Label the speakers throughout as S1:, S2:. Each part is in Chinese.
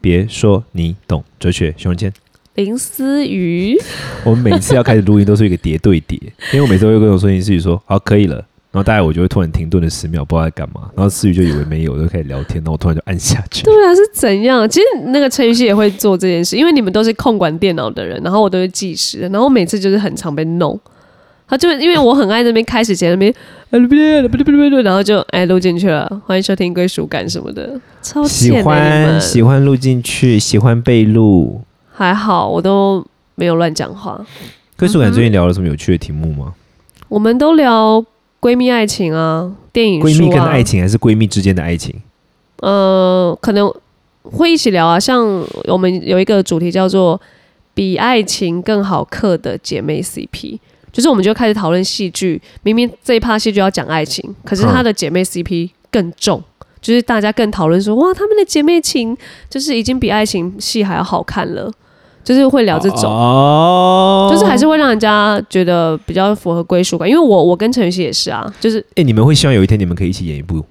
S1: 别说你懂哲学，熊仁 谦。
S2: 林思雨，
S1: 我们每次要开始录音都是一个叠对叠，因为我每次都会跟我说一句说好可以了，然后大概我就会突然停顿了十秒，不知道在干嘛，然后思雨就以为没有，就开始聊天，然后我突然就按下去。
S2: 对啊，是怎样？其实那个陈雨希也会做这件事，因为你们都是控管电脑的人，然后我都会计时，然后我每次就是很常被弄。他就因为我很爱那边开始前那边，呃然后就哎录进去了，欢迎收听归属感什么的，超
S1: 喜
S2: 贱的你
S1: 欢
S2: 们
S1: 喜欢录进去，喜欢被录。
S2: 还好我都没有乱讲话，
S1: 归属感最近聊了什么有趣的题目吗？
S2: 我们都聊闺蜜爱情啊，电影、啊、
S1: 闺蜜跟爱情，还是闺蜜之间的爱情？
S2: 呃，可能会一起聊啊。像我们有一个主题叫做“比爱情更好嗑的姐妹 CP”，就是我们就开始讨论戏剧。明明这一趴戏剧要讲爱情，可是她的姐妹 CP 更重，就是大家更讨论说，哇，她们的姐妹情就是已经比爱情戏还要好看了，就是会聊这
S1: 啊
S2: 种。
S1: 哦
S2: 就是还是会让人家觉得比较符合归属感，因为我我跟陈雨希也是啊，就是
S1: 哎、你们会希望有一天你们可以一起演一部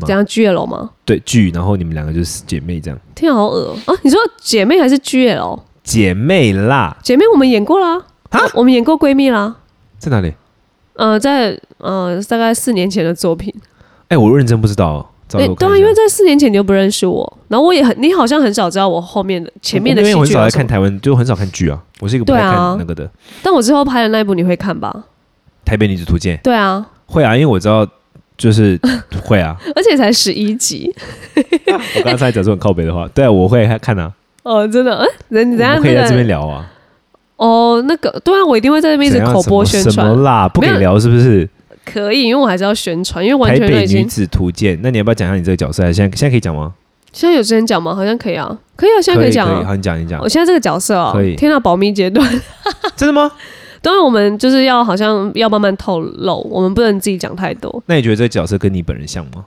S2: 怎样 GL 吗？
S1: 对剧，然后你们两个就是姐妹这样，
S2: 天啊好恶哦啊！你说姐妹还是 GL？
S1: 姐妹啦，
S2: 姐妹，我们演过啦，
S1: 啊
S2: 我我们演过闺蜜啦，
S1: 在哪里？
S2: 呃，在呃大概四年前的作品，
S1: 哎、我认真不知道、哦。找给我
S2: 对
S1: 看
S2: 啊，
S1: 一
S2: 因
S1: 下
S2: 为在四年前你又不认识我，然后我也很，你好像很少知道我后面的前面的
S1: 我
S2: 戏
S1: 因为我很
S2: 剧
S1: 少
S2: 有
S1: 在
S2: 什么
S1: 看，台湾，就很少看剧啊。我是一个不太
S2: 对啊
S1: 看那个的。
S2: 但我之后拍的那一部你会看吧？
S1: 台北女子图鉴
S2: 对啊，
S1: 会啊，因为我知道就是 会啊。
S2: 而且才十一 集
S1: 我刚才讲说很靠北的话，对啊，我会看啊。
S2: 哦，真的，哎，人你
S1: 我
S2: 等一下
S1: 们可以在
S2: 那
S1: 这边
S2: 个
S1: 聊啊。
S2: 哦，那个对啊，我一定会在那边一直
S1: 怎样
S2: 口播
S1: 什
S2: 宣
S1: 么什么
S2: 传，
S1: 啦？不可
S2: 没
S1: 以
S2: 有
S1: 聊是不是？
S2: 可以，因为我还是要宣传，因为完
S1: 台
S2: 全都
S1: 北女
S2: 已经
S1: 子图鉴，那你要不要讲一下你这个角色？啊现在现在可以讲吗？
S2: 现在有之前讲吗？好像可以啊，可以啊，现在
S1: 可
S2: 以
S1: 以
S2: 讲啊。
S1: 好，你讲你讲
S2: 我。现在这个角色哦
S1: 可以，
S2: 天呐，保密阶段。
S1: 真的吗？
S2: 当然，我们就是要好像要慢慢透露，我们不能自己讲太多。
S1: 那你觉得这个角色跟你本人像吗？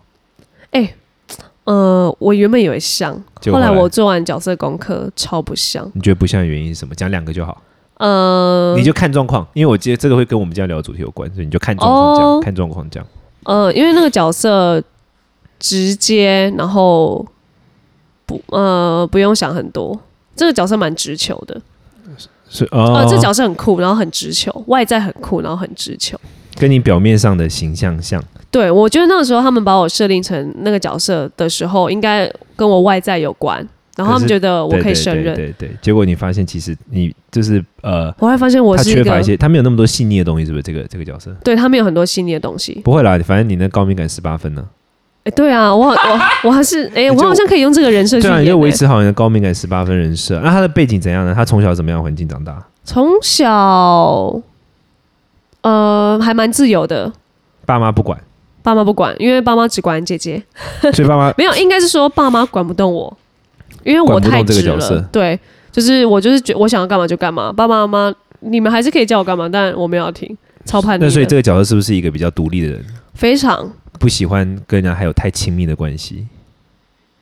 S2: 呃，我原本以为像，
S1: 结果
S2: 后来
S1: 后来
S2: 我做完角色功课，超不像。
S1: 你觉得不像的原因是什么？讲两个就好，
S2: 呃
S1: 你就看状况，因为我觉得这个会跟我们今天聊的主题有关，所以你就看状况讲，
S2: 哦
S1: 看状况讲。
S2: 呃，因为那个角色直接，然后不呃不用想很多。这个角色蛮直球的，
S1: 是
S2: 呃，
S1: 哦，
S2: 这角色很酷，然后很直球，外在很酷，然后很直球。
S1: 跟你表面上的形象像，
S2: 对，我觉得那个时候他们把我设定成那个角色的时候，应该跟我外在有关，然后他
S1: 可是
S2: 们觉得我
S1: 对
S2: 可以
S1: 对
S2: 胜
S1: 对
S2: 任。
S1: 对对，结果你发现其实你就是呃，
S2: 我还发现我
S1: 他
S2: 是一
S1: 缺乏
S2: 个
S1: 一些，他没有那么多细腻的东西，是不是？这个这个角色
S2: 对他们有很多细腻的东西。
S1: 不会啦，反正你那高敏感十八分呢、
S2: 哎、对啊，我我我还 是哎、我好像可以用这个人设去
S1: 对啊，
S2: 演、
S1: 你就维
S2: 欸。
S1: 持好你的高敏感十八分人设。那他的背景怎样呢？他从小怎么样的环境长大？
S2: 从小，呃，还蛮自由的，
S1: 爸妈不 管，
S2: 爸妈不管，因为爸妈只管姐姐，
S1: 所以爸 妈
S2: 没有，应该是说爸妈管不动我，因为我
S1: 管不
S2: 太
S1: 动这个
S2: 直
S1: 角色
S2: 了。对，就是我就是觉我想要干嘛就干嘛，爸爸妈妈你们还是可以叫我干嘛，但我没有要听，超叛逆
S1: 那
S2: 的。
S1: 所以这个角色是不是一个比较独立的人？
S2: 非常
S1: 不喜欢跟人家还有太亲密的关系。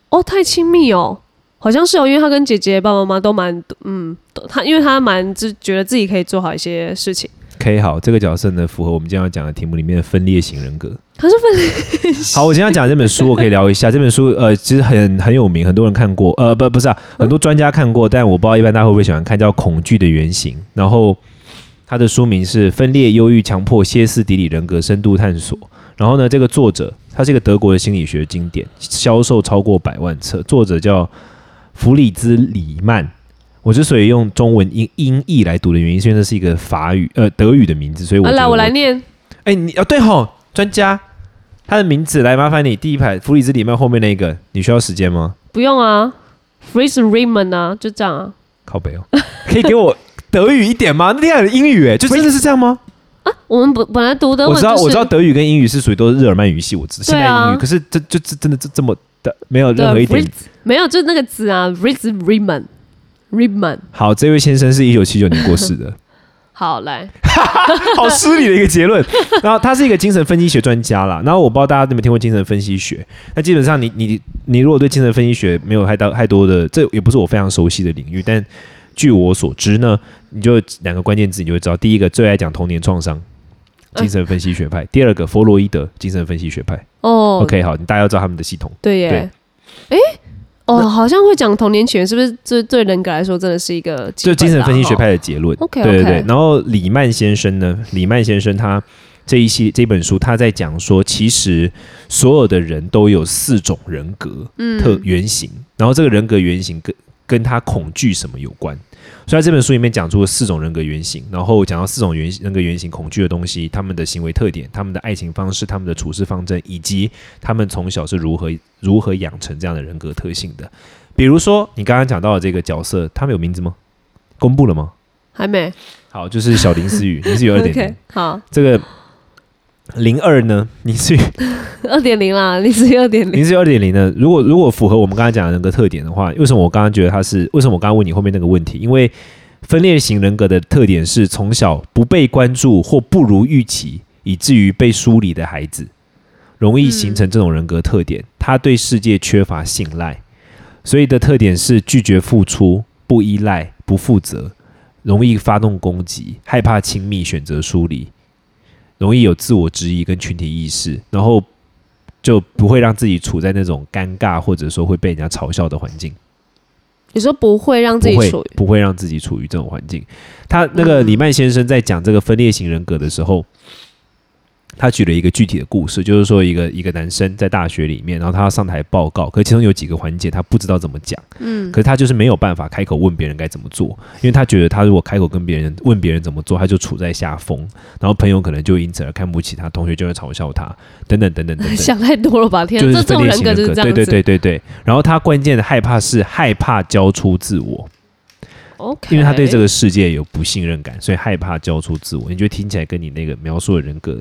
S2: 哦，太亲密哦，好像是哦，因为他跟姐姐、爸爸妈妈都蛮，嗯，都他因为他蛮自觉得自己可以做好一些事情，
S1: K 好，这个角色呢符合我们今天要讲的题目里面的分裂型人格。
S2: 他是分
S1: 好，我今天要讲这本书，我可以聊一下。这本书呃，其实很很有名，很多人看过。呃，不不是啊，很多专家看过，但我不知道一般大家会不会喜欢看，叫《恐惧的原型》。然后它的书名是《分裂、忧郁、强迫、歇斯底里人格深度探索》。然后呢，这个作者他是一个德国的心理学经典，销售超过百万册。作者叫弗里兹里曼。我之所以用中文音音译来读的原因，是因为这是一个法语呃德语的名字，所以我
S2: 啊，
S1: 觉
S2: 来
S1: 得
S2: 我来念，
S1: 哎、你哦对吼，专家，他的名字来麻烦你，第一排弗里兹里曼后面那个，你需要时间吗？
S2: 不用啊，Freeze Raymond 啊，就这样啊，
S1: 靠北哦，可以给我德语一点吗？那天还有英语哎，就真的是这样吗？
S2: 我们本本来读德文、
S1: 我知
S2: 就是，
S1: 道我知道德语跟英语是属于都是日耳曼语系，我知现
S2: 对
S1: 代
S2: 啊
S1: 英语，可是这就这真的这这么的没有任何一
S2: 对啊
S1: 点
S2: Freeze 没有，就那个字啊，Freeze Raymond Raymond，
S1: 好。这位先生是一九七九年过世的，
S2: 好来，
S1: 好失礼的一个结论。然后他是一个精神分析学专家啦。然后我不知道大家有没有听过精神分析学。那基本上你你你如果对精神分析学没有太大太多的，这也不是我非常熟悉的领域，但据我所知呢，你就两个关键字你就会知道。第一个最爱讲童年创伤。精神分析学派，第二个弗洛伊德精神分析学派。
S2: 哦
S1: OK，好，你大家要知道他们的系统。
S2: 对耶，
S1: 对
S2: 诶，哦，好像会讲童年起源，是不是？这对人格来说真的是一个基
S1: 就
S2: 本
S1: 精神
S2: 啊
S1: 分析学
S2: 哦
S1: 派的结论。
S2: OK，OK
S1: 对对对。然后李曼先生呢？李曼先生他这一系这本书他在讲说，其实所有的人都有四种人格特
S2: 嗯
S1: 原型，然后这个人格原型跟跟他恐惧什么有关。所以在这本书里面讲出了四种人格原型，然后讲到四种原人格原型恐惧的东西，他们的行为特点、他们的爱情方式、他们的处事方针，以及他们从小是如何如何养成这样的人格特性的。比如说，你刚刚讲到的这个角色，他们有名字吗？公布了吗？
S2: 还没
S1: 好， 就是小林思雨，你是有二点
S2: OK
S1: 零，
S2: 好
S1: 这个零二呢？你是
S2: 二点零啦，你是二点零
S1: 你是二点零呢？如果如果符合我们刚才讲的那个特点的话，为什么我刚刚觉得他是？为什么我刚刚问你后面那个问题？因为分裂型人格的特点是从小不被关注或不如预期，以至于被疏离的孩子，容
S2: 嗯
S1: 易形成这种人格特点。他对世界缺乏信赖，所以的特点是拒绝付出、不依赖、不负责，容易发动攻击，害怕亲密，选择疏离，容易有自我质疑跟群体意识，然后就不会让自己处在那种尴尬或者说会被人家嘲笑的环境。
S2: 你说不会让自己
S1: 不会
S2: 处于
S1: 不会让自己处于这种环境。他那个
S2: 嗯
S1: 李曼先生在讲这个分裂型人格的时候，他举了一个具体的故事，就是说一个一个男生在大学里面，然后他要上台报告，可其中有几个环节他不知道怎么讲，
S2: 嗯
S1: 可是他就是没有办法开口问别人该怎么做，因为他觉得他如果开口跟别人问别人怎么做，他就处在下风，然后朋友可能就因此而看不起他，同学就会嘲笑他，等等等等等等。
S2: 想太多了吧？天啊，
S1: 就是
S2: 这这
S1: 分
S2: 种
S1: 裂
S2: 人
S1: 型
S2: 格就是
S1: 格，
S2: 这样
S1: 对
S2: 子。
S1: 对对对对。然后他关键的害怕是害怕交出自我，
S2: OK，
S1: 因为他对这个世界有不信任感，所以害怕交出自我。你觉得听起来跟你那个描述的人格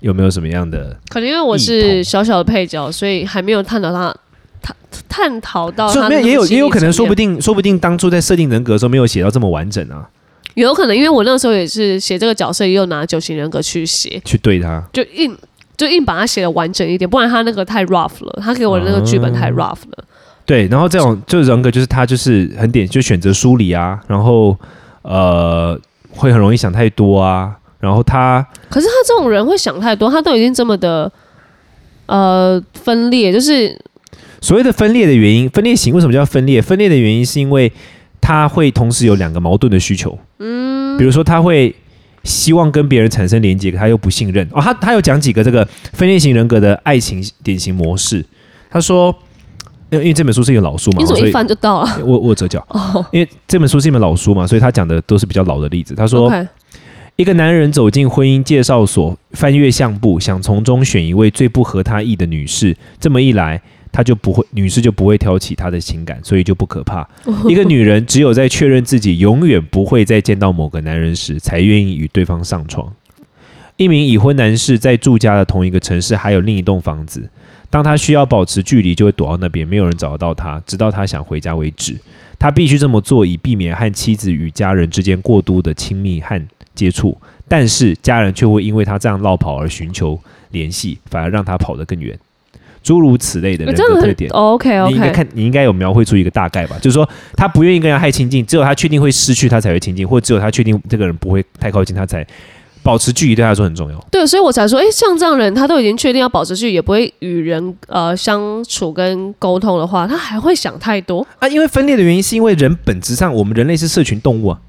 S1: 有没有什么样的？
S2: 可能因为我是小小的配角，所以还没有探讨他探探讨到
S1: 所
S2: 哦他
S1: 以没有，
S2: 那
S1: 也有
S2: 种心
S1: 也有
S2: 理
S1: 可能，
S2: 层
S1: 说
S2: 面
S1: 不定，说不定当初在设定人格的时候没有写到这么完整啊，
S2: 有可能，因为我那时候也是写这个角色，也有拿九型人格去写，
S1: 去对他。
S2: 就硬就硬把它写的完整一点，不然他那个太 rough 了，他给我的那个剧本太 rough 了。
S1: 对，然后这种就是人格，就是他就是很典，就选择梳理啊，然后呃，会很容易想太多啊，然后他
S2: 可是他这种人会想太多，他都已经这么的呃分裂，就是
S1: 所谓的分裂的原因，分裂型为什么叫分裂？分裂的原因是因为他会同时有两个矛盾的需求。嗯，比如说他会希望跟别人产生连接，可他又不信任。哦，他他有讲几个这个分裂型人格的爱情典型模式。他说，因为因为这本书是一个老书嘛，
S2: 你怎
S1: 所
S2: 么一
S1: 以
S2: 翻就到了？
S1: 我我有折角，
S2: 哦，
S1: 因为这本书是一本老书嘛，所以他讲的都是比较老的例子。他说
S2: OK，
S1: 一个男人走进婚姻介绍所，翻阅相簿，想从中选一位最不合他意的女士。这么一来，他就不会，女士就不会挑起他的情感，所以就不可怕。一个女人只有在确认自己永远不会再见到某个男人时，才愿意与对方上床。一名已婚男士在住家的同一个城市，还有另一栋房子。当他需要保持距离，就会躲到那边，没有人找得到他，直到他想回家为止。他必须这么做，以避免和妻子与家人之间过度的亲密和接触。但是家人却会因为他这样绕跑而寻求联系，反而让他跑得更远。诸如此类的
S2: 我
S1: 人
S2: 真
S1: 格特
S2: 的呃很
S1: 点，
S2: OK
S1: 你应该
S2: OK，
S1: 看，你应该有描绘出一个大概吧，就是说他不愿意跟人太亲近，只有他确定会失去，他才会亲近，或只有他确定这个人不会太靠近，他才保持距离对他来说很重要。
S2: 对，所以我才说，哎，像这样的人，他都已经确定要保持距离，也不会与人呃相处跟沟通的话，他还会想太多。
S1: 啊，因为分裂的原因是因为人本质上，我们人类是社群动物啊，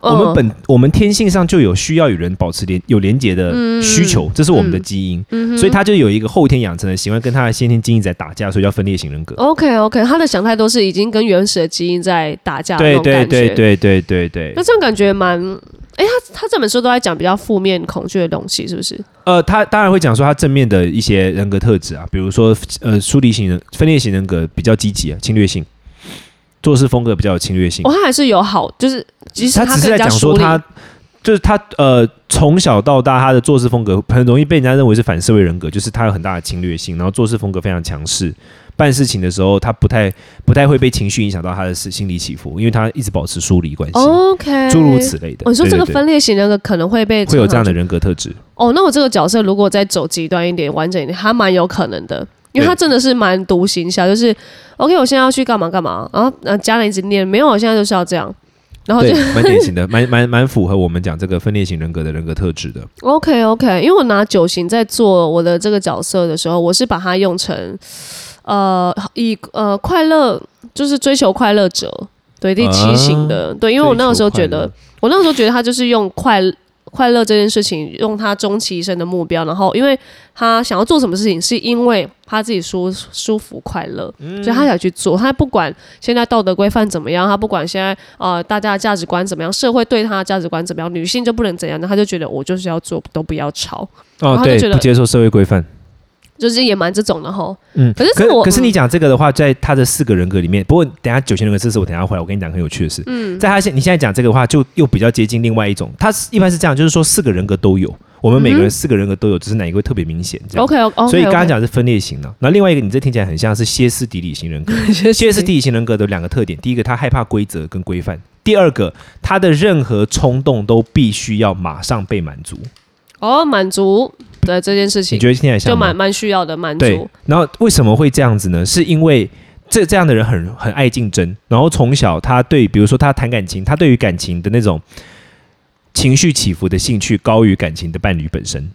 S1: 我们
S2: 嗯
S1: 本我们天性上就有需要与人保持连有连结
S2: 嗯
S1: 的需求，这是我们的基因，所以他就有一个后天养成的习惯，跟他的先天基因在打架，所以叫分裂型人格。
S2: OK OK，他的想太多是已经跟原始的基因在打架的那
S1: 对
S2: 种感
S1: 对对
S2: 觉。
S1: 对对对对
S2: 那，这样感觉蛮……哎、他他这本书都在讲比较负面恐惧的东西，是不是？
S1: 呃，他当然会讲说他正面的一些人格特质啊，比如说呃，疏离型人、分裂型人格比较积极啊，侵略性，做事风格比较有侵略性。
S2: 哦，他还是有好，就是即使
S1: 他只
S2: 跟
S1: 是
S2: 人
S1: 在
S2: 家
S1: 讲
S2: 疏
S1: 说
S2: 离，
S1: 他就是他呃，从小到大他的做事风格很容易被人家认为是反社会人格，就是他有很大的侵略性，然后做事风格非常强势。办事情的时候，他不太不太会被情绪影响到他的心理起伏，因为他一直保持疏离关系，
S2: OK，
S1: 诸如此类的。
S2: 哦哦。你说
S1: 对
S2: 这个
S1: 对对
S2: 分裂型人格可能会被
S1: 会有这样
S2: 常常
S1: 的人格特质？
S2: 哦，那我这个角色如果再走极端一点、完整一点，还蛮有可能的，因为他
S1: 对
S2: 真的是蛮独行侠，就是 OK，我现在要去干嘛干嘛，然后呃家人一直念，没有，我现在就是要这样，然哦后就
S1: 对，蛮典型的，蛮蛮蛮符合我们讲这个分裂型人格的人格特质的。
S2: OK OK，因为我拿九型在做我的这个角色的时候，我是把它用成呃以呃快乐就是追求快乐者，对第七型
S1: 啊
S2: 的，对， 因为我那个时候觉得，我那个时候觉得他就是用快快乐这件事情，用他终其一生的目标，然后因为他想要做什么事情，是因为他自己舒舒服快乐，
S1: 嗯
S2: 所以他才去做。他不管现在道德规范怎么样，他不管现在呃大家的价值观怎么样，社会对他的价值观怎么样，女性就不能怎样，那他就觉得我就是要做都不要吵，然
S1: 哦，
S2: 后
S1: 对
S2: 就觉，得
S1: 不接受社会规范。
S2: 就是野蛮这种的吼。
S1: 嗯，
S2: 可是
S1: 可
S2: 这我
S1: 可是你讲这个的话，在他的四个人格里面，不过等一下九型人格这是我等一下回来，我跟你讲很有趣的事。嗯，在他现你现在讲这个的话，就又比较接近另外一种，他是一般是这样，就是说四个人格都有，我们每
S2: 嗯
S1: 个人四个人格都有，只是哪一个会特别明显这样。
S2: OK 哦 OK，
S1: 所以刚刚讲的是分裂型呢，那另外一个你这听起来很像是歇斯底里型人 格。歇斯底里型人格的两个特点，第一个他害怕规则跟规范，第二个他的任何冲动都必须要马上被满足。
S2: 哦满足对这件事情
S1: 你觉得听起来像
S2: 就
S1: 吗
S2: 蛮蛮需要的满
S1: 对
S2: 足，，
S1: 然后为什么会这样子呢？是因为这这样的人很很爱竞争，然后从小他对，比如说他谈感情，他对于感情的那种情绪起伏的兴趣高于感情的伴侣本身。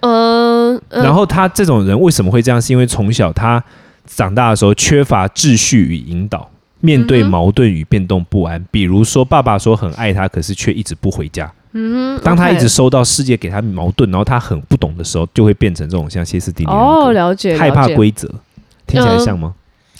S2: 嗯、呃，
S1: 然后他这种人为什么会这样？是因为从小他长大的时候缺乏秩序与引导，面对
S2: 嗯哼
S1: 矛盾与变动不安。比如说，爸爸说很爱他，可是却一直不回家。
S2: 嗯哼
S1: 当他一直
S2: OK
S1: 收到世界给他矛盾，然后他很不懂的时候，就会变成这种像歇斯底里人格
S2: 哦，了解，
S1: 害
S2: 了
S1: 怕
S2: 解
S1: 规则，听起来
S2: 嗯
S1: 像吗？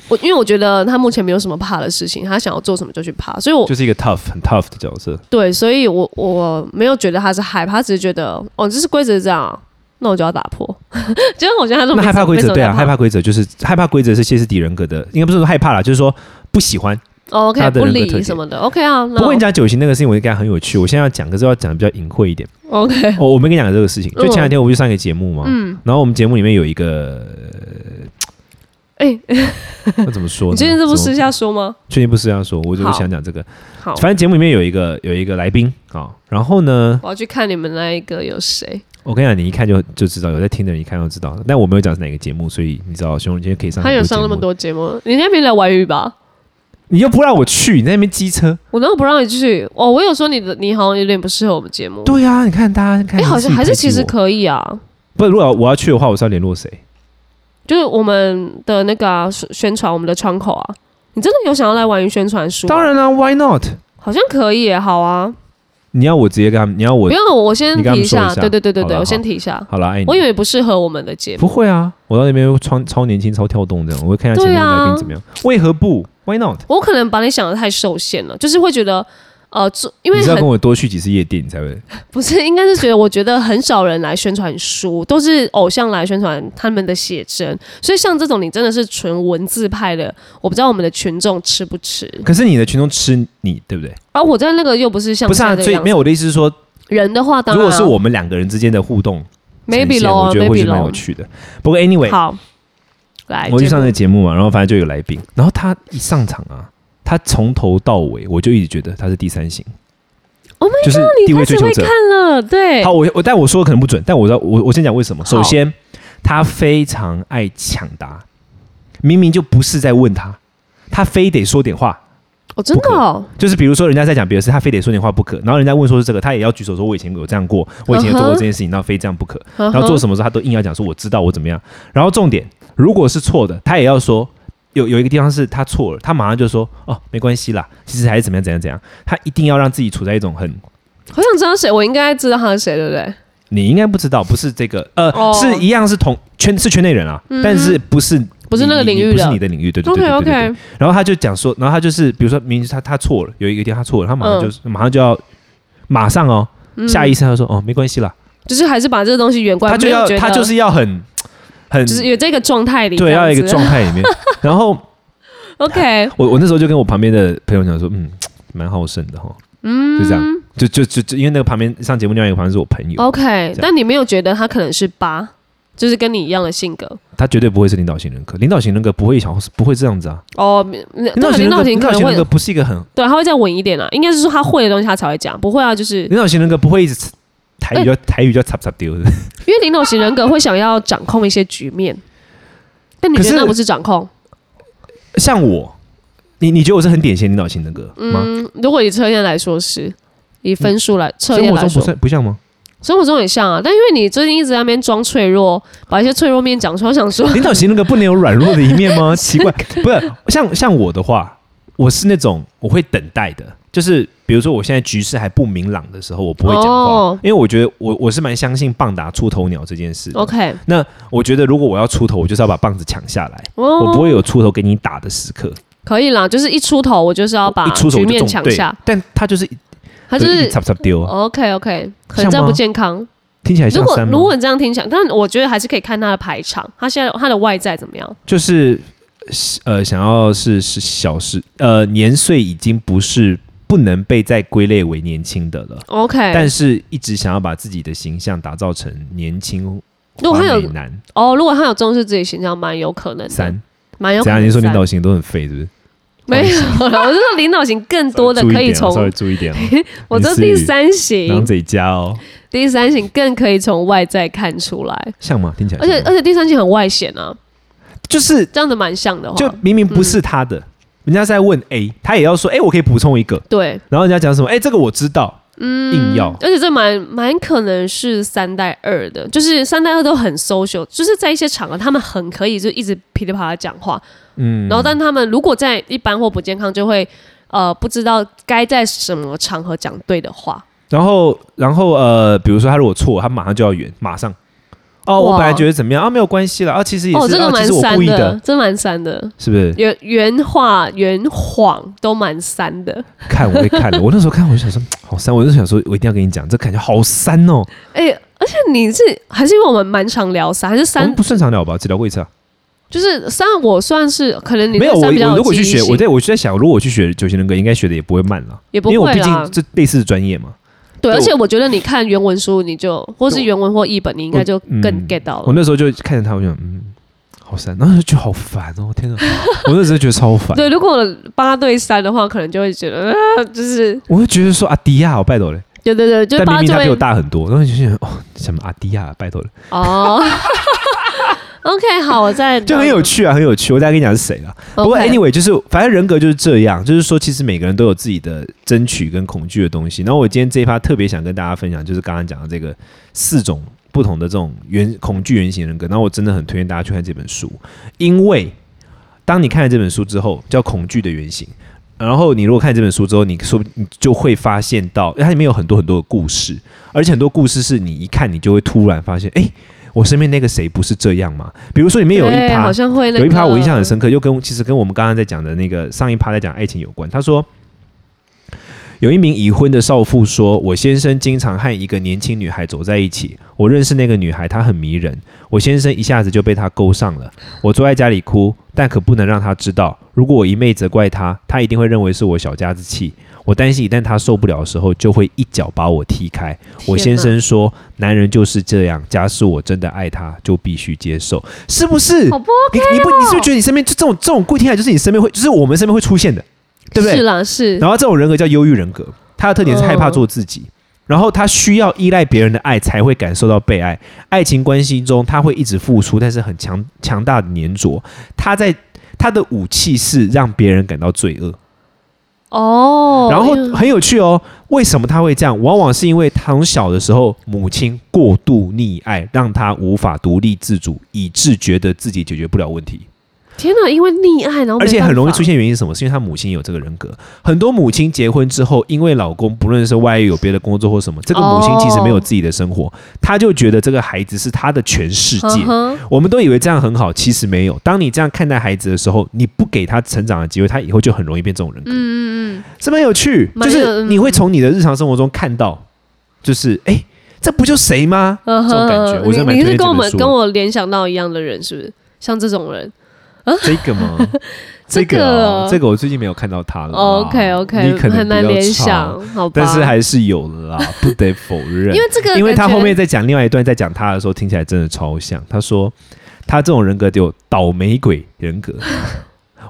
S2: 我因为我觉得他目前没有什么怕的事情，他想要做什么就去怕，所以我
S1: 就是一个 tough 很 tough 的角色。
S2: 对，所以我我没有觉得他是害怕，他只是觉得哦，这是规则是这样啊，那我就要打破。 结果我觉得他都
S1: 那
S2: 没
S1: 害怕
S2: 什么
S1: 规
S2: 没什
S1: 则，
S2: 么
S1: 对啊，
S2: 在
S1: 害怕规则就是害怕规则是歇斯底人格的，应该不是说害怕啦，就是说不喜欢。
S2: 哦，OK，
S1: 他的
S2: 不
S1: 人格特
S2: 理
S1: 点
S2: 什么的，OK 啊，
S1: 不
S2: 那
S1: 过你讲九型那个事情，我就感觉很有趣。我现在要讲，可是要讲得比较隐晦一点。
S2: OK，
S1: 哦我我没跟你讲这个事情，就前两
S2: 嗯
S1: 天我不是上一个节目嘛，然后我们节目里面有一个，
S2: 哎，
S1: 那怎么说呢？
S2: 你最近这不
S1: 怎
S2: 私
S1: 么
S2: 下说吗？
S1: 确定不是这样说，我就是
S2: 好
S1: 想讲这个。
S2: 好，
S1: 反正节目里面有一个有一个来宾啊、然后呢，
S2: 我要去看你们那一个有谁。
S1: 我跟你讲，你一看就就知道，有在听的人一看就知道。但我没有讲是哪个节目，所以你知道，熊荣今天可以上。
S2: 他有上那么，多节目，你那边来玩语吧？
S1: 你又不让我去，你在那边机车。
S2: 我那不让你去哦，我有说你的你好像有点不适合我们节目。，
S1: 对啊，你看大家看，
S2: 哦哎，好像
S1: 自己
S2: 还是
S1: 排挤
S2: 其实
S1: 我
S2: 可以啊。
S1: 不，如果我要去的话，我是要联络谁？
S2: 就是我们的那个、啊、宣宣传，我们的窗口啊。你真的有想要来玩云宣传书、啊
S1: 当，然啦、w h y not？
S2: 好像可以耶，好啊。
S1: 你要我直接跟他们，你要
S2: 不
S1: 我
S2: 用，我先
S1: 你跟他
S2: 提
S1: 们说一下
S2: 对对对对
S1: 好啦嗯
S2: 对，我
S1: 好
S2: 先提一下。
S1: 好了，爱你
S2: 我。以为不适合我们的节目，
S1: 不会啊，我到那边超超年轻、超跳动这样，我会看一下前
S2: 对
S1: 面的来
S2: 啊
S1: 宾怎么样。为何不？Why not？
S2: 我可能把你想的太受限了，就是会觉得，呃，做因
S1: 你
S2: 为
S1: 是要跟
S2: 很
S1: 我多去几次夜店，你才会。
S2: 不是，应该是觉得我觉得很少人来宣传书，都是偶像来宣传他们的写真，所以像这种你真的是纯文字派的，我不知道我们的群众吃不吃。
S1: 可是你的群众吃你，对 不对？
S2: 而我在那个又不是像
S1: 不是啊，
S2: 现在这
S1: 所
S2: 个
S1: 以
S2: 样
S1: 没有我的意思是说，
S2: 子人的话，当
S1: 如
S2: 然、啊
S1: 果是我们两个人之间的互动呈
S2: ，maybe
S1: 现，
S2: 咯
S1: 我觉得会
S2: maybe
S1: 是蛮
S2: 咯
S1: 有趣的。不过 anyway，
S2: 好，来，
S1: 我去上那
S2: 节
S1: 个
S2: 目
S1: 节目嘛，然后反正就有来宾，然后他一上场啊，他从头到尾我就一直觉得他是第三型
S2: Oh my
S1: 就是地
S2: 你
S1: 位
S2: 开
S1: 追
S2: 始
S1: 求
S2: 会
S1: 者
S2: 看。了， 对，
S1: 好，我我但我说的可能不准，但我知道我我先讲为什么。
S2: 好
S1: 首先，他非常爱抢答，明明就不是在问他，他非得说点话。
S2: 哦，真的哦，
S1: 就是比如说人家在讲别的事，他非得说点话不可，然后人家问说是这个，他也要举手说我以前有这样过，我以前有做过这件事情，那、非这样不可。
S2: 然
S1: 然后做什么时候他都硬要讲说我知道我怎么样。然后重点，如果是错的，他也要说。有有一个地方是他错了，他马上就说哦没关系啦，其实还是怎么样怎样怎样。他一定要让自己处在一种很
S2: 好想知道谁，我应该知道他是谁，对不对？
S1: 你应该不知道，不是这个呃、
S2: 哦嗯
S1: 是一样是同圈是圈内人啊，但是不是
S2: 不是那个
S1: 你
S2: 领域
S1: 你不是
S2: 的
S1: 你的领域，对对
S2: OK，
S1: 对对对
S2: OK
S1: 对然后他就讲说，然后他就是比如说明明是他他错了，有一个地方他错了，他马
S2: 嗯
S1: 上就、马上就要马上哦，下意识他就说哦没关系啦，
S2: 就是嗯还是把这个东西圆过来，
S1: 他就
S2: 没有
S1: 要
S2: 觉得
S1: 他就是要很很
S2: 就是有这个状态里这
S1: 对，
S2: 样
S1: 要
S2: 子，
S1: 一个状态 里面。然后
S2: OK，
S1: 我我那时候就跟我旁边的朋友讲说，嗯，蛮好胜的哈，嗯，就这样，就就就就因为那个旁边上节目另外一个旁边是我朋友，
S2: OK，但你没有觉得他可能是八，就是跟你一样的性格
S1: 他绝对不会是领导型人格，领导型人格不会想不会这样子啊，
S2: 哦。那
S1: 领导型
S2: 林
S1: 人格
S2: 道廷
S1: 领
S2: 可
S1: 导
S2: 能
S1: 型人格
S2: 会
S1: 不是一个很
S2: 对，他会再稳一点啦。应该是说他会的东西他才会讲，不会啊，就是
S1: 领导型人格不会一直
S2: 哎
S1: 台语叫台语叫插插丢的，
S2: 因为领导型人格会想要掌控一些局面，但你
S1: 可
S2: 觉得
S1: 是
S2: 那不是掌控？
S1: 像我。你你觉得我是很典型领导型人格吗？
S2: 嗯，如果以测验来说是，以分数来测
S1: 生
S2: 验
S1: 活
S2: 来
S1: 中不
S2: 说，
S1: 算不像吗？
S2: 生活中也像啊，但因为你最近一直在那边装脆弱，把一些脆弱面讲出来，我想 说，
S1: 领导型那个不能有软弱的一面 吗？奇怪，不是像像我的话，我是那种我会等待的，就是比如说我现在局势还不明朗的时候，我不会讲话，
S2: 哦
S1: 因为我觉得我我是蛮相信棒打出头鸟这件事的。
S2: OK，
S1: 那我觉得如果我要出头，我就是要把棒子抢下来，
S2: 哦
S1: 我不会有出头给你打的时刻。
S2: 可以啦，就是一出头我就是要把
S1: 一出手我
S2: 局
S1: 就
S2: 面
S1: 中，
S2: 抢
S1: 对
S2: 下，，
S1: 但他就是一
S2: 他就
S1: 一
S2: 是
S1: 直插插丢，
S2: OK OK，可
S1: 像
S2: 能这样不
S1: 吗
S2: 健康。
S1: 听起来
S2: 如
S1: 像
S2: 果
S1: 三吗
S2: 如？果你这样听起来，但我觉得还是可以看他的排场，他现在他的外在怎么样？
S1: 就是呃，想要是是小事，呃，年岁已经不是不能被再归类为年轻的了。
S2: OK，
S1: 但是一直想要把自己的形象打造成年轻
S2: 如果
S1: 花
S2: 他有
S1: 美男
S2: 哦，如果他有重视自己形象，蛮有可能的，
S1: 三，
S2: 蛮有可
S1: 怎
S2: 能
S1: 样？
S2: 的
S1: 你说
S2: 三
S1: 领导型都很废是不是？
S2: 没有了，我是说领导型更多的
S1: 注意
S2: 可以
S1: 点哦
S2: 从
S1: 稍微注意 点哦，
S2: 我这第三型
S1: 狼，嘴家哦，
S2: 第三型更可以从外在看出来，
S1: 像吗？听起来
S2: 而且
S1: 像吗
S2: 而且第三型很外显啊，
S1: 就是
S2: 这样子蛮像的话，
S1: 就明明不是他的，人家在问 A，他也要说哎，我可以补充一个，
S2: 对，
S1: 然后人家讲什么哎，这个我知道，
S2: 嗯
S1: 硬要
S2: 而且这蛮蛮可能是三代二的，就是三代二都很 social，就是在一些场合他们很可以就一直噼里啪啦讲话，
S1: 嗯，
S2: 然后但他们如果在一般或不健康，就会呃不知道该在什么场合讲对的话。
S1: 然后，然后呃，比如说他如果错，他马上就要圆，马上。哦，我
S2: 哇
S1: 本来觉得怎么样啊，没有关系了啊，其实也
S2: 哦，
S1: 是，
S2: 这
S1: 啊，
S2: 个
S1: 其
S2: 蛮
S1: 实我
S2: 三
S1: 故意
S2: 的
S1: 的，，
S2: 这蛮三的，
S1: 是不是？
S2: 原原话原谎都蛮三的。
S1: 看我被看了，我那时候看我就想说好三，我就想说我一定要跟你讲，这感觉好三哦。
S2: 哎、而且你是还是因为我们蛮常聊三，还是
S1: 我
S2: 三
S1: 们不顺常聊吧，只聊过一次啊。
S2: 就是三，我算是可能你
S1: 没有
S2: 对
S1: 我，
S2: 三比较
S1: 我如
S2: 有
S1: 果
S2: 记
S1: 去
S2: 忆
S1: 学，
S2: 性
S1: 我在我就在想，如果我去学九型人格，应该学的也不会慢了，
S2: 也不
S1: 因为我
S2: 会
S1: 毕
S2: 啦
S1: 竟。这类似的专业嘛。
S2: 对，
S1: 对
S2: 而且
S1: 我
S2: 我觉得你看原文书，你就或是原文或译本，你应该就更
S1: 嗯
S2: get 到
S1: 我
S2: 了。
S1: 那时候就看着他，我就想嗯，好三，然后就觉得好烦哦， 天哪！我那时候觉得超烦，
S2: 对，如果八对三的话，可能就会觉得，呃、就是
S1: 我就觉得说啊，迪亚，我拜托嘞。
S2: 对对对，就是
S1: 但明
S2: 八
S1: 明
S2: 就
S1: 他比
S2: 会
S1: 我大很多，然后你就想哦，什么阿迪亚，拜托了，
S2: 哦。OK，好，我再嗯
S1: 就很有趣啊，很有趣。我大概跟你讲是谁了。不
S2: OK。
S1: 过 anyway，就是反正人格就是这样，就是说其实每个人都有自己的争取跟恐惧的东西。然后我今天这一趴特别想跟大家分享，就是刚刚讲的这个四种不同的这种原恐惧原型人格。然后我真的很推荐大家去看这本书，因为当你看了这本书之后，叫《恐惧的原型》。然后你如果看这本书之后，你说不定你就会发现到，哎因为它里面有很多很多的故事，而且很多故事是你一看你就会突然发现，哎，我身边那个谁不是这样吗？比如说里面有一
S2: 对
S1: 趴，
S2: 哎好像会那个
S1: 有一趴我印象很深刻，又跟其实跟我们刚刚在讲的那个上一趴在讲爱情有关。他说，有一名已婚的少妇说：“我先生经常和一个年轻女孩走在一起，我认识那个女孩，她很迷人，我先生一下子就被她勾上了。我坐在家里哭，但可不能让她知道。如果我一昧责怪她，她一定会认为是我小家子气。我担心一旦她受不了的时候，就会一脚把我踢开。我
S2: 天
S1: 先
S2: 哪
S1: 生说，男人就是这样，假使我真的爱他，就必须接受，是不是？
S2: 好不
S1: 你你不你是不是
S2: 啊
S1: 觉得你身边就这种这种顾天海就是你身边会就是我们身边会出现的，对不
S2: 是
S1: 对？
S2: 啦，是
S1: 然后这种人格叫忧郁人格，他的特点是害怕做自己，
S2: 嗯
S1: 然后他需要依赖别人的爱才会感受到被爱。爱情关系中他会一直付出，但是很强强大的粘着。他在他的武器是让别人感到罪恶，
S2: 哦。
S1: 然后
S2: 因为
S1: 很有趣哦，为什么他会这样？往往是因为他从小的时候母亲过度溺爱，让他无法独立自主，以致觉得自己解决不了问题。
S2: 天哪，因为溺爱，然哦后没
S1: 而且很容易
S2: 办法
S1: 出。现原因是什么？是因为她母亲有这个人格。很多母亲结婚之后，因为老公不论是外遇、有别的工作或什么，这个母亲其实没有自己的生活，她就觉得这个孩子是她的全世界。
S2: 嗯哼
S1: 我们都以为这样很好，其实没有。当你这样看待孩子的时候，你不给他成长的机会，他以后就很容易变这种人格，
S2: 嗯嗯
S1: 是不是很有趣？
S2: 蛮
S1: 就
S2: 有嗯
S1: 是你会从你的日常生活中看到，就是哎、诶这不就谁吗？
S2: 嗯，
S1: 这种感觉，
S2: 嗯
S1: 我
S2: 哼
S1: 真的蛮
S2: 你
S1: 推
S2: 你
S1: 荐
S2: 是跟我
S1: 这
S2: 们
S1: 本
S2: 跟
S1: 书。
S2: 我联想到一样的人，是不是？像这种人呃
S1: 这个 吗？这个哦、这个我最近没有看到他了啦。
S2: ，OK OK，
S1: 啊你可能
S2: 哦很难
S1: 比较
S2: 联
S1: 吵
S2: 想，好吧？
S1: 但是还是有的啦，不得否认。
S2: 因为这个感 觉，
S1: 因为他后面在讲另外一段，在讲他的时候，听起来真的超像。他说他这种人格有倒霉鬼人格。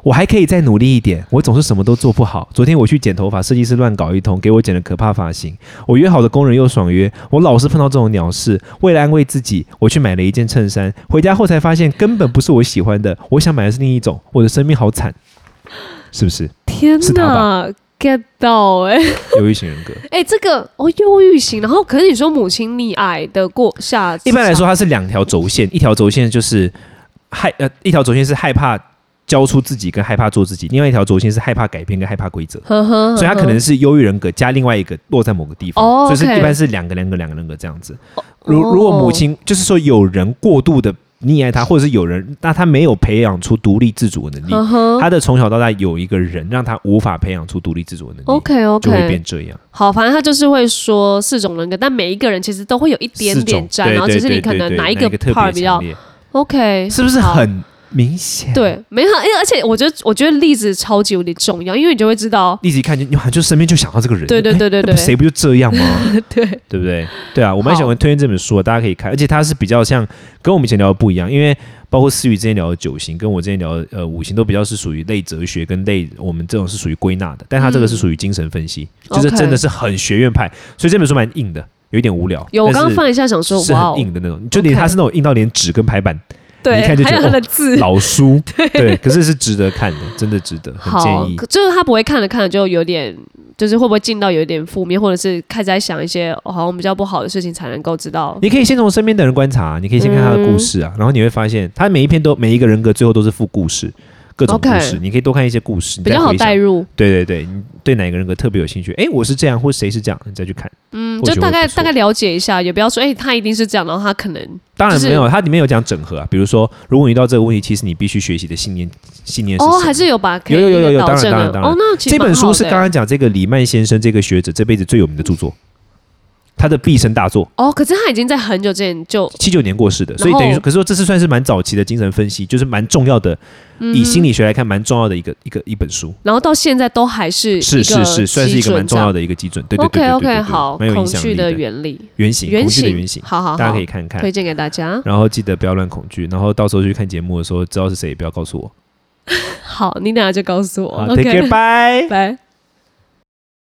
S1: 我还可以再努力一点，我总是什么都做不好。昨天我去剪头发，设计师乱搞一通，给我剪了可怕发型。我约好的工人又爽约，我老是碰到这种鸟事。为了安慰自己，我去买了一件衬衫，回家后才发现根本不是我喜欢的，我想买的是另一种。我的生命好惨，是不是？
S2: 天
S1: 是他
S2: 哪， get 到哎、
S1: 忧郁型人格。
S2: 哎、这个哦，忧郁型，然后可是你说母亲溺爱的过下，
S1: 一般来说，它是两条轴线，一条轴线就是害呃，一条轴线是害怕交出自己跟害怕做自己，另外一条轴线是害怕改变跟害怕规则。
S2: 呵呵，呵呵，
S1: 所以他可能是忧郁人格加另外一个落在某个地方，
S2: 嗯哦
S1: 所以是
S2: OK
S1: 一般是两个两个两个人格这样子。如如果母亲就是说有人过度的溺爱他，或者是有人，那他没有培养出独立自主的能力，
S2: 呵呵
S1: 他的从小到大有一个人让他无法培养出独立自主的能力，
S2: ，OK
S1: 就会变
S2: OK，
S1: 这样。
S2: 好，反正他就是会说四种人格，但每一个人其实都会有一点
S1: 四
S2: 点
S1: 种，
S2: 沾，然后
S1: 对
S2: 只是
S1: 对
S2: 你可
S1: 对
S2: 能
S1: 对
S2: 哪
S1: 哪
S2: 一个
S1: 个特
S2: part
S1: 别
S2: 比较
S1: 强烈
S2: OK，
S1: 是不是
S2: 好
S1: 很明显？。
S2: 对，没有，因为而且我觉得，我觉得例子超级有点重要，因为你就会知道，
S1: 一直一看见，你好像就身边就想到这个人，
S2: 对对
S1: 哎
S2: 对对
S1: 那不
S2: 对
S1: 谁不就这样吗？
S2: 对，
S1: 对不对？对啊，我蛮
S2: 好
S1: 喜欢推荐这本书的，大家可以看，而且它是比较像跟我们以前聊的不一样，因为包括思雨之前聊的九型，跟我之前聊的呃五行都比较是属于类哲学跟类我们这种是属于归纳的，但它这个是属于精神分析，
S2: 嗯
S1: 就是
S2: OK
S1: 真的是很学院派，所以这本书蛮硬的，有一点无聊。
S2: 有我刚
S1: 但
S2: 刚
S1: 是
S2: 翻了一下，想说
S1: 是
S2: 哇哦
S1: 很，硬的那种，就连
S2: OK
S1: 它是那种硬到连纸跟排版
S2: 对，
S1: 你一看就
S2: 还
S1: 觉
S2: 有
S1: 得
S2: 他的字，
S1: 老书， 对，可是是值得看的，真的值得，很
S2: 好
S1: 建，议
S2: 可。就是他不会看着看着就有点，就是会不会进到有点负面，或者是开始在想一些、哦、好像比较不好的事情才能够知道。
S1: 你可以先从身边的人观察，啊你可以先看他
S2: 嗯
S1: 的故事啊，然后你会发现，他每一篇都每一个人格最后都是附故事，各种故
S2: OK
S1: 事，你可以多看一些故事，你
S2: 比
S1: 再
S2: 较好
S1: 回想
S2: 带。入，
S1: 对对对，你对哪一个人格特别有兴趣？诶，我是这样，或谁是这样，你再去看。
S2: 嗯，
S1: 或
S2: 就
S1: 许
S2: 大
S1: 会
S2: 概
S1: 不错
S2: 大概了解一下，也不要说，哎、他一定是这样，然后他可能
S1: 当然
S2: 就是
S1: 没有，它里面有讲整合啊，比如说，如果你遇到这个问题，其实你必须学习的信念，信念是什
S2: 哦，
S1: 么
S2: 还是有把可以
S1: 有有有有
S2: 导
S1: 当然
S2: 正
S1: 当
S2: 啊
S1: 然当然
S2: 哦，那其实
S1: 这本
S2: 蛮好
S1: 书是
S2: 的
S1: 刚刚讲这个李曼先生这个学者这辈子最有名的著作，他的毕生大作。
S2: 哦，可是他已经在很久之前就
S1: 七九年过世的，
S2: 然
S1: 所以
S2: 后
S1: 等于说，可是说这是算是蛮早期的精神分析，就是蛮重要的，
S2: 嗯
S1: 以心理学来看蛮重要的一个一个一本书，
S2: 然后到现在都还是
S1: 是是是，算是一个蛮重要
S2: 的。
S1: 的一个基准，对对对对
S2: OK
S1: 对
S2: OK，
S1: 对
S2: 好，
S1: 蛮有
S2: 恐
S1: 影响
S2: 惧
S1: 力
S2: 的
S1: 的
S2: 原理，
S1: 原型，
S2: 原
S1: 恐惧的
S2: 型，
S1: 原型，
S2: 好好好，
S1: 大家可以看看
S2: 推，荐给大家。
S1: 然后记得不要乱恐惧，然后到时候去看节目的时候，知道是谁也不要告诉我，
S2: 好，你等下就告诉我
S1: 好。
S2: OK，
S1: ，take care，bye。
S2: 拜。